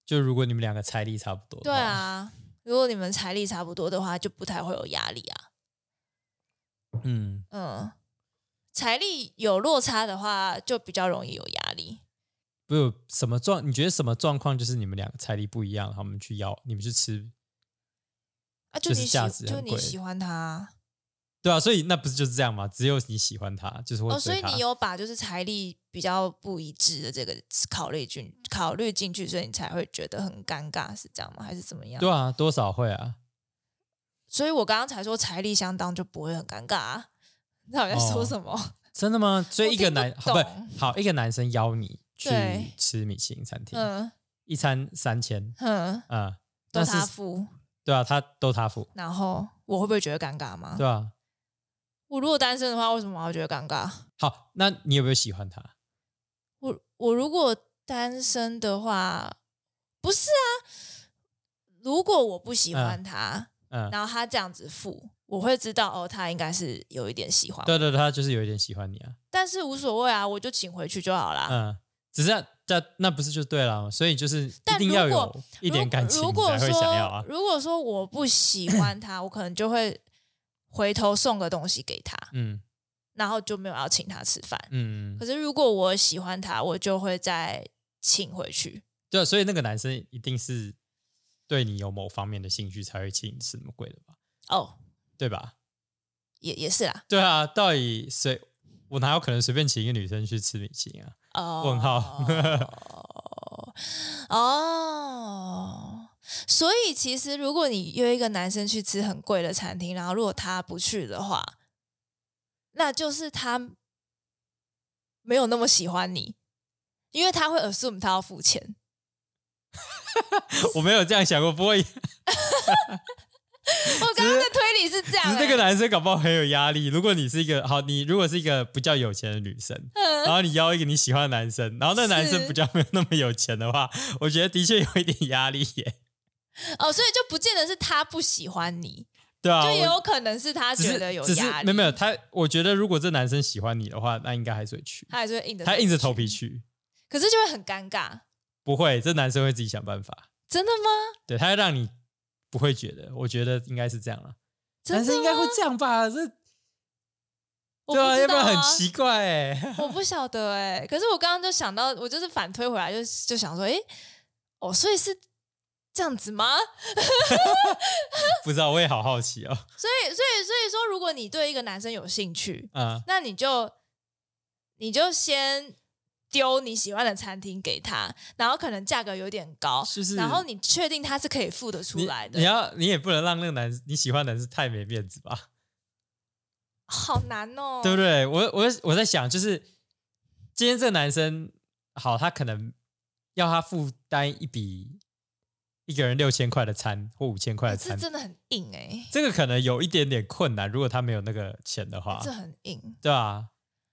就如果你们两个财力差不多，
对，啊，如果你们财力差不多的话，就不太会有压力啊，
嗯，
嗯，财力有落差的话，就比较容易有压力。
不有什么状，你觉得什么状况就是你们两个财力不一样，然后我们去邀你们去吃，
啊，就
就是
你喜
价值
就
很
你
贵
喜欢他啊、
对啊，所以那不是就是这样吗？只有你喜欢他，就是会
哦，所
追
以
他。
你有把就是财力比较不一致的这个考虑进考虑进去，所以你才会觉得很尴尬，是这样吗？还是怎么样？
对啊，多少会啊。
所以我刚刚才说财力相当就不会很尴尬、啊，你到底在
哦
说什么？
(laughs) 真的吗？所以一个男
我听
好
不
不
懂
是好一个男生邀你去
对
吃米其林餐厅，
嗯
一餐三千，
哼，
啊，
都
但
他
是
付，
对啊，他都他付，
然后我会不会觉得尴尬吗？
对啊。
我如果单身的话，为什么我要觉得尴尬？
好，那你有没有喜欢他？
我我如果单身的话，不是啊。如果我不喜欢他，
嗯，
然后他这样子付，我会知道哦，他应该是有一点喜欢我。
对对，对他就是有一点喜欢你啊，
但是无所谓啊，我就请回去就好啦。
嗯，只是这那不是就对了吗？所以就是一
但
定
如
要
果
有一点
如
感情
如
你
果
才
说
会想要啊，
如果说我不喜欢他，我可能就会回头送个东西给他，
嗯
然后就没有要请他吃饭。
嗯，
可是如果我喜欢他，我就会再请回去。
对啊，所以那个男生一定是对你有某方面的兴趣才会请你吃那么贵的吧？
哦，
对吧？
也也是啦。
对啊，到底谁？我哪有可能随便请一个女生去吃米其林啊？ (laughs)
哦，
问号
哦，所以其实如果你约一个男生去吃很贵的餐厅，然后如果他不去的话，那就是他没有那么喜欢你，因为他会 assume 他要付
(laughs)
钱。
我没有这样想过，不会，只是
我刚刚的推理是这样、欸，
那个男生搞不好很有压力。如果你是一个好，你如果是一个不叫有钱的女生，
(laughs) 嗯
然后你邀一个你喜欢的男生，然后那个男生
是
比较没有那么有钱的话，我觉得的确有一点压力耶。
哦，所以就不见得是他不喜欢你，
对啊，
就也
我
有可能是他
只
觉
是
得有
只是
压力，
没有没有他，我觉得如果这男生喜欢你的话，那应该还是会去，
他还是会硬着
他硬着头
去
皮去，
可是就会很尴尬，
不会，这男生会自己想办法，
真的吗？
对他会让你不会觉得，我觉得应该是这样了，
真
男生
的
应该
吗
会？这样吧？这
我
对啊，
知
要不然
道啊
很奇怪哎。
我不晓得哎、可是我刚刚就想到，我就是反推回来就，就想说，哎、哦，所以是这样子吗？
(laughs) 不知道，我也好好奇哦。
所以，所以，所以说，如果你对一个男生有兴趣，
啊、
那你就你就先丢你喜欢的餐厅给他，然后可能价格有点高，
就是
哦然后你确定他是可以付得出
你
来
你
的，
要你也不能让那个男你喜欢的男生太没面子吧，
好难哦，
对不对？我我我在想，就是今天这个男生好，他可能要他负担一笔一个人六千块的餐或五千块的
哎这
餐，
真的很硬哎、
这个可能有一点点困难，如果他没有那个钱的话，
这很硬。
对啊，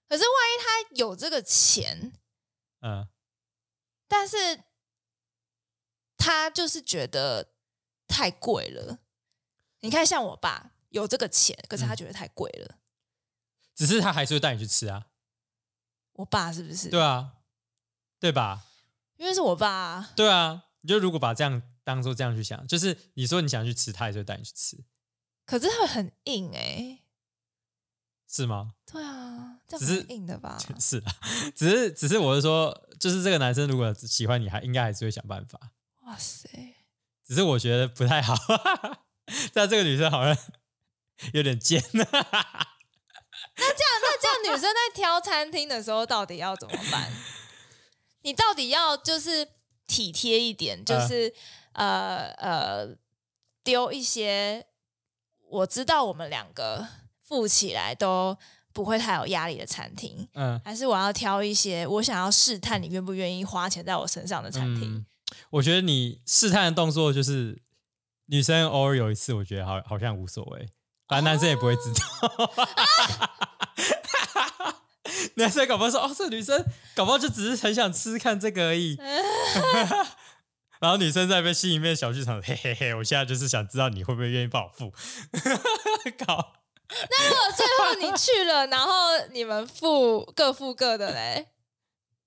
可是万一他有这个钱，
嗯，
但是他就是觉得太贵了。你看，像我爸有这个钱，可是
嗯
他觉得太贵了。
只是他还是会带你去吃啊，
我爸是不是？
对啊，对吧？
因为是我爸、啊。
对啊，你就如果把这样当做这样去想，就是你说你想去吃，他还是会带你去吃，
可是会很硬哎、
是吗？
对啊，这
只
样
是
很硬的吧？
(laughs) 是啊，只是只是我是说，就是这个男生如果喜欢你，还应该还是会想办法。
哇塞，
只是我觉得不太好， (laughs) 但这个女生好像 (laughs) 有点贱。啊
(laughs) 那这样女生在挑餐厅的时候到底要怎么办？你到底要就是体贴一点，就是、呃呃丢一些我知道我们两个付起来都不会太有压力的餐厅，
嗯，
还是我要挑一些我想要试探你愿不愿意花钱在我身上的餐厅？
嗯，我觉得你试探的动作就是女生偶尔有一次，我觉得好好像无所谓，反正男生也不会知道。 (laughs) 男生搞不好说哦，这女生搞不好就只是很想吃看这个而
(laughs)
已。然后女生在被心里面小剧场，嘿嘿嘿，我现在就是想知道你会不会愿意帮我付。 (laughs) 搞，
如果 (laughs) 最后你去了，然后你们付各付各的嘞，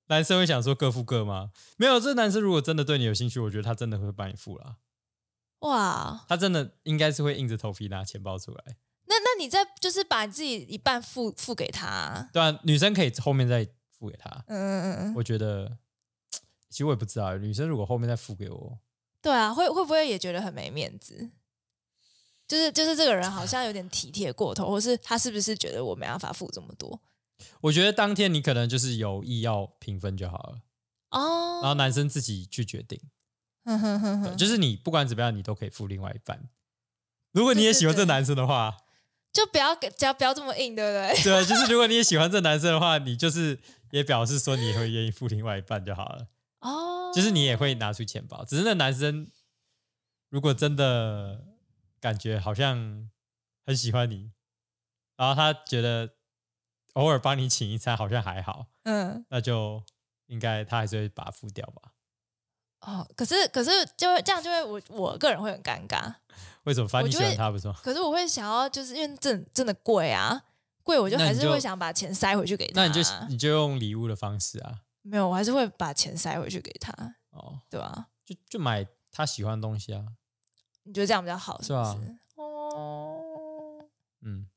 男生会想说各付各吗？没有，这男生如果真的对你有兴趣，我觉得他真的会帮你付啦。
哇！
他真的应该是会硬着头皮拿钱包出来。
那那你再就是把自己一半付付给他啊、
对啊，女生可以后面再付给他。
嗯，嗯嗯，
我觉得，其实我也不知道，女生如果后面再付给我，
对啊，会会不会也觉得很没面子？就是就是这个人好像有点体贴过头，或是他是不是觉得我没办法付这么多？
我觉得当天你可能就是有意要平分就好了，然后
哦，嗯
男生自己去决定。
哼哼哼
对
哼
就是你不管怎么样，你都可以付另外一半。如果你也喜欢这
对对对
男生的话，
就不要给，只要不要这么硬，对不对？
对，就是如果你也喜欢这男生的话，你就是也表示说你也会愿意付另外一半就好了，
哦，
就是你也会拿出钱包。只是那男生如果真的感觉好像很喜欢你，然后他觉得偶尔帮你请一餐好像还好，
嗯，
那就应该他还是会把它付掉吧？
哦，可是可是就会这样，就会我我个人会很尴尬。
为什么？反正你喜
我就会
欢他不是吗？
可是我会想要，就是因为真真的贵啊，贵我就
那你
还是
就
会想把钱塞回去给他。
那你就你就用礼物的方式啊，
没有，我还是会把钱塞回去给他，
哦，
对啊？
就就买他喜欢的东西啊，
你觉得这样比较好，
是啊
不
吧
是？哦，
嗯，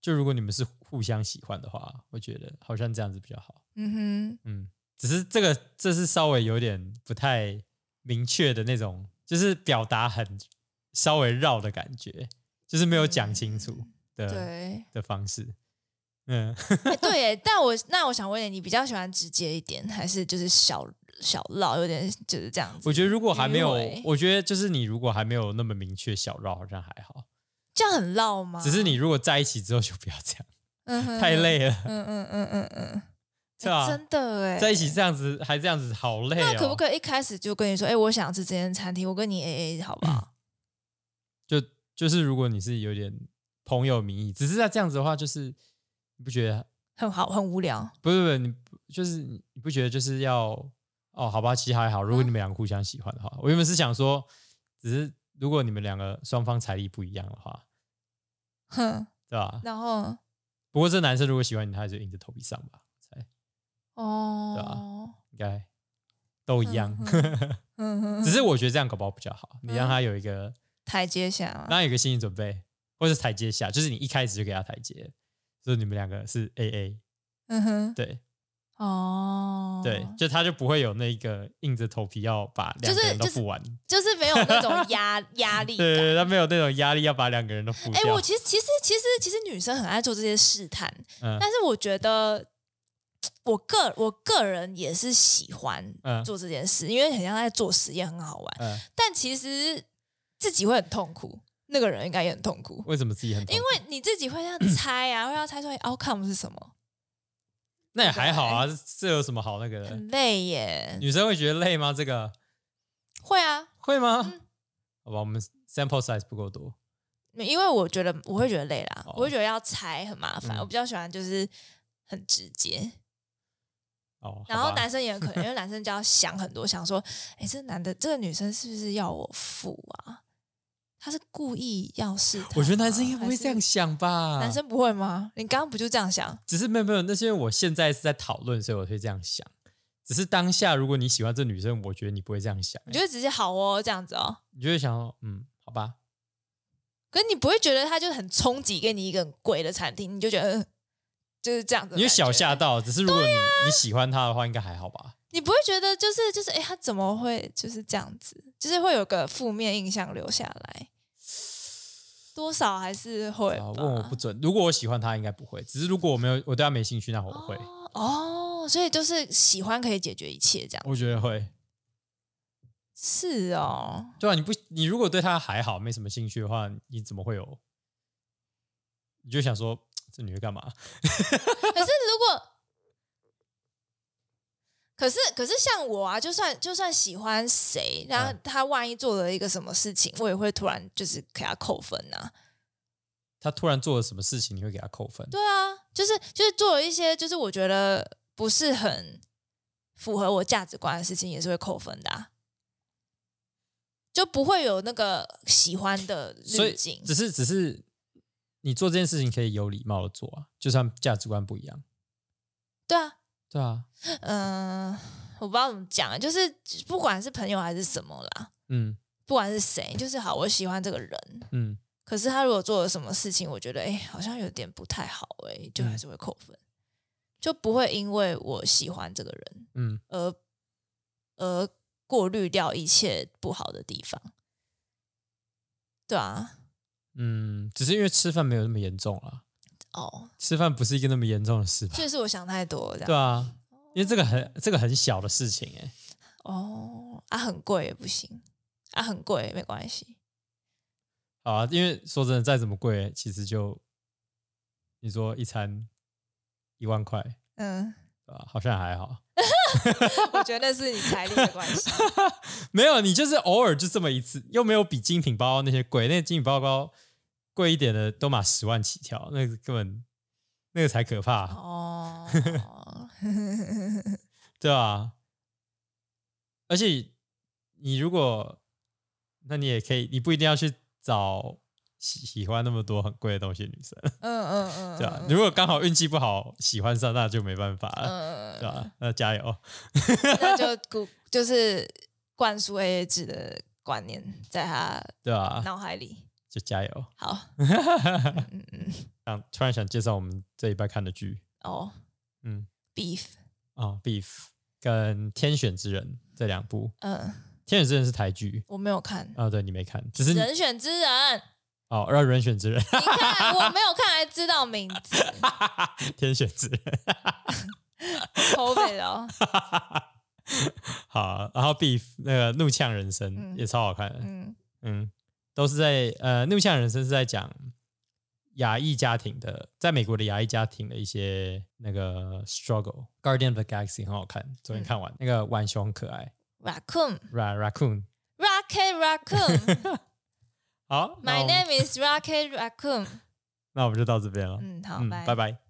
就如果你们是互相喜欢的话，我觉得好像这样子比较好。
嗯
嗯，只是这个这是稍微有点不太明确的那种，就是表达很稍微绕的感觉，就是没有讲清楚的、
哼，嗯对，
的方式。嗯，
哎对耶。但我那我想问你，你比较喜欢直接一点，还是就是小小绕，有点就是这样子？
我觉得如果还没有
迂回，
我觉得就是你如果还没有那么明确小绕，好像还好。
这样很绕吗？
只是你如果在一起之后就不要这样，
啊嗯哼
太，累了，
嗯嗯嗯嗯嗯，
对吧、
哎真的哎，
在一起这样子还这样子，好累哦。
那可不可以一开始就跟你说，哎、我想吃这间餐厅，我跟你 A A 好不好？
就就是如果你是有点朋友名义，只是在这样子的话，就是你不觉得
很好，很无聊。
不是不是你不就是你不觉得就是要哦好吧，其实还好，
嗯
如果你们两个互相喜欢的话，我原本是想说，只是如果你们两个双方财力不一样的话，
哼，
对吧？
然后
不过这男生如果喜欢你，他就硬着头皮上吧，才对啊
哦，
应该都一 (laughs) 样。
嗯哼，
只是我觉得这样搞不好比较好，你让他有一个
台阶下嘛
让，他有一个心理准备，或者是台阶下，就是你一开始就给他台阶，就是你们两个是 A A，
嗯哼，
对。
哦，
对，就他就不会有那个硬着头皮要把两个人都付完，
就是没有那种压 (laughs) 压力
对对
感。
对，他没有那种压力要把两个人都付
哎、
掉。
我其实其实其实其实女生很爱做这些试探，
嗯
但是我觉得。我个我个人也是喜欢
嗯
做这件事，因为很像在做实验，很好玩。
嗯，
但其实自己会很痛苦，那个人应该也很痛苦，
为什么自己很痛苦？
因为你自己会这样猜啊，会 (clears throat) 要猜出来 outcome 是什么，
那也还好啊，这有什么好那个的？
很累耶。
女生会觉得累吗？这个
会啊，
会吗？好吧，我们 sample size 不够多。
因为我觉得我会觉得累啦，
哦
我会觉得要猜很麻烦，
嗯
我比较喜欢就是很直接。
哦，
然
好
后
吧
男生也很可能，
(laughs)
因为男生就要想很多，想说，哎，这男的这个女生是不是要我付啊？他是故意要试探吗？
我觉得男生应该不会
还是
这样想啊吧？
男生不会吗？你刚刚不就这样想？
只是没有没有，那是因为我现在是在讨论，所以我会这样想。只是当下，如果你喜欢这女生，我觉得你不会这样想、
你就会直接好哦这样子哦。
你就会想说，嗯，好吧，
可是你不会觉得他就很冲击，给你一个很贵的餐厅，你就觉得嗯就是这样子。
你有小吓，到，只是如果你、你喜欢他的话，应该还好吧？
你不会觉得就是就是哎，诶他怎么会就是这样子？就是会有个负面印象留下来，多少还是会吧。
啊，问我不准。如果我喜欢他，应该不会。只是如果我没有，我对他没兴趣，那我会，
哦哦，所以就是喜欢可以解决一切，这样
我觉得会。
是哦。
对啊，你不，你如果对他还好，没什么兴趣的话，你怎么会有？你就想说这女的干嘛？
可是如果，可是可是像我啊，就算就算喜欢谁，然后
嗯
他万一做了一个什么事情，我也会突然就是给他扣分啊呐、
她突然做了什么事情，你会给她扣分？
对啊，就是就是做了一些就是我觉得不是很符合我价值观的事情，也是会扣分的、啊。就不会有那个喜欢的
所
滤
以
镜，
只是只是你做这件事情可以有礼貌的做啊，就算价值观不一样，
对啊，
对啊，
嗯，我不知道怎么讲，就是不管是朋友还是什么啦，
嗯
不管是谁，就是好，我喜欢这个人，
嗯，
可是他如果做了什么事情，我觉得哎、诶好像有点不太好、诶哎，就还是会扣
嗯
分，就不会因为我喜欢这个人
嗯，
而而过滤掉一切不好的地方，对啊，
嗯，只是因为吃饭没有那么严重啊，
哦，
吃饭不是一个那么严重的事吧？
所以是我想太多了这
对
样，
啊，因为这个很这个很小的事情哎、
哦，啊，很贵也不行，啊，很贵也没关系，
好啊，因为说真的，再怎么贵，其实就你说一餐一万块， (laughs)
嗯，
对吧？好像还好， (laughs)
我觉得那是你财力的关系。
没有，你就是偶尔就这么一次，又没有比精品包那些贵，那精品包包贵一点的都满十万起跳，那个根本那个才可怕， (laughs)
哦，
对啊。而且你如果，那你也可以，你不一定要去找喜喜欢那么多很贵的东西的女生，
嗯嗯嗯，
对啊。
嗯
如果刚好运气不好喜欢上，那就没办法了，
嗯
对吧？那加油。
那就鼓就是灌输 AA 制的观念在他
对啊，
脑海里。
就加油。
好，嗯嗯，
想突然想介绍我们这一拜看的剧
哦，
嗯
，beef，
啊，Beef》跟《天选之人》这两部，
嗯，
《天选之人》是台剧
我没有看
啊，对你没看，只是
《
你
人选之人》，
哦，让人选之人， (laughs)
你看我没有看还知道名字，
天选之人， (laughs)
偷背的哦，
好，然后《Beef》那个《怒呛人生》
嗯
也超好看的，
嗯
嗯，都是在呃，《怒呛人生》是在讲亚裔家庭的，在美国的亚裔家庭的一些那个 struggle，《Guardian of the Galaxy》很好看，昨天
嗯
看完，那个浣熊很可爱
，raccoon。
，Ra Raccoon。
Rocket
(laughs)
Raccoon,
好，那
my
我们
name is Rocket Raccoon。
那我们就到这边了。
嗯，好，
嗯，拜。拜。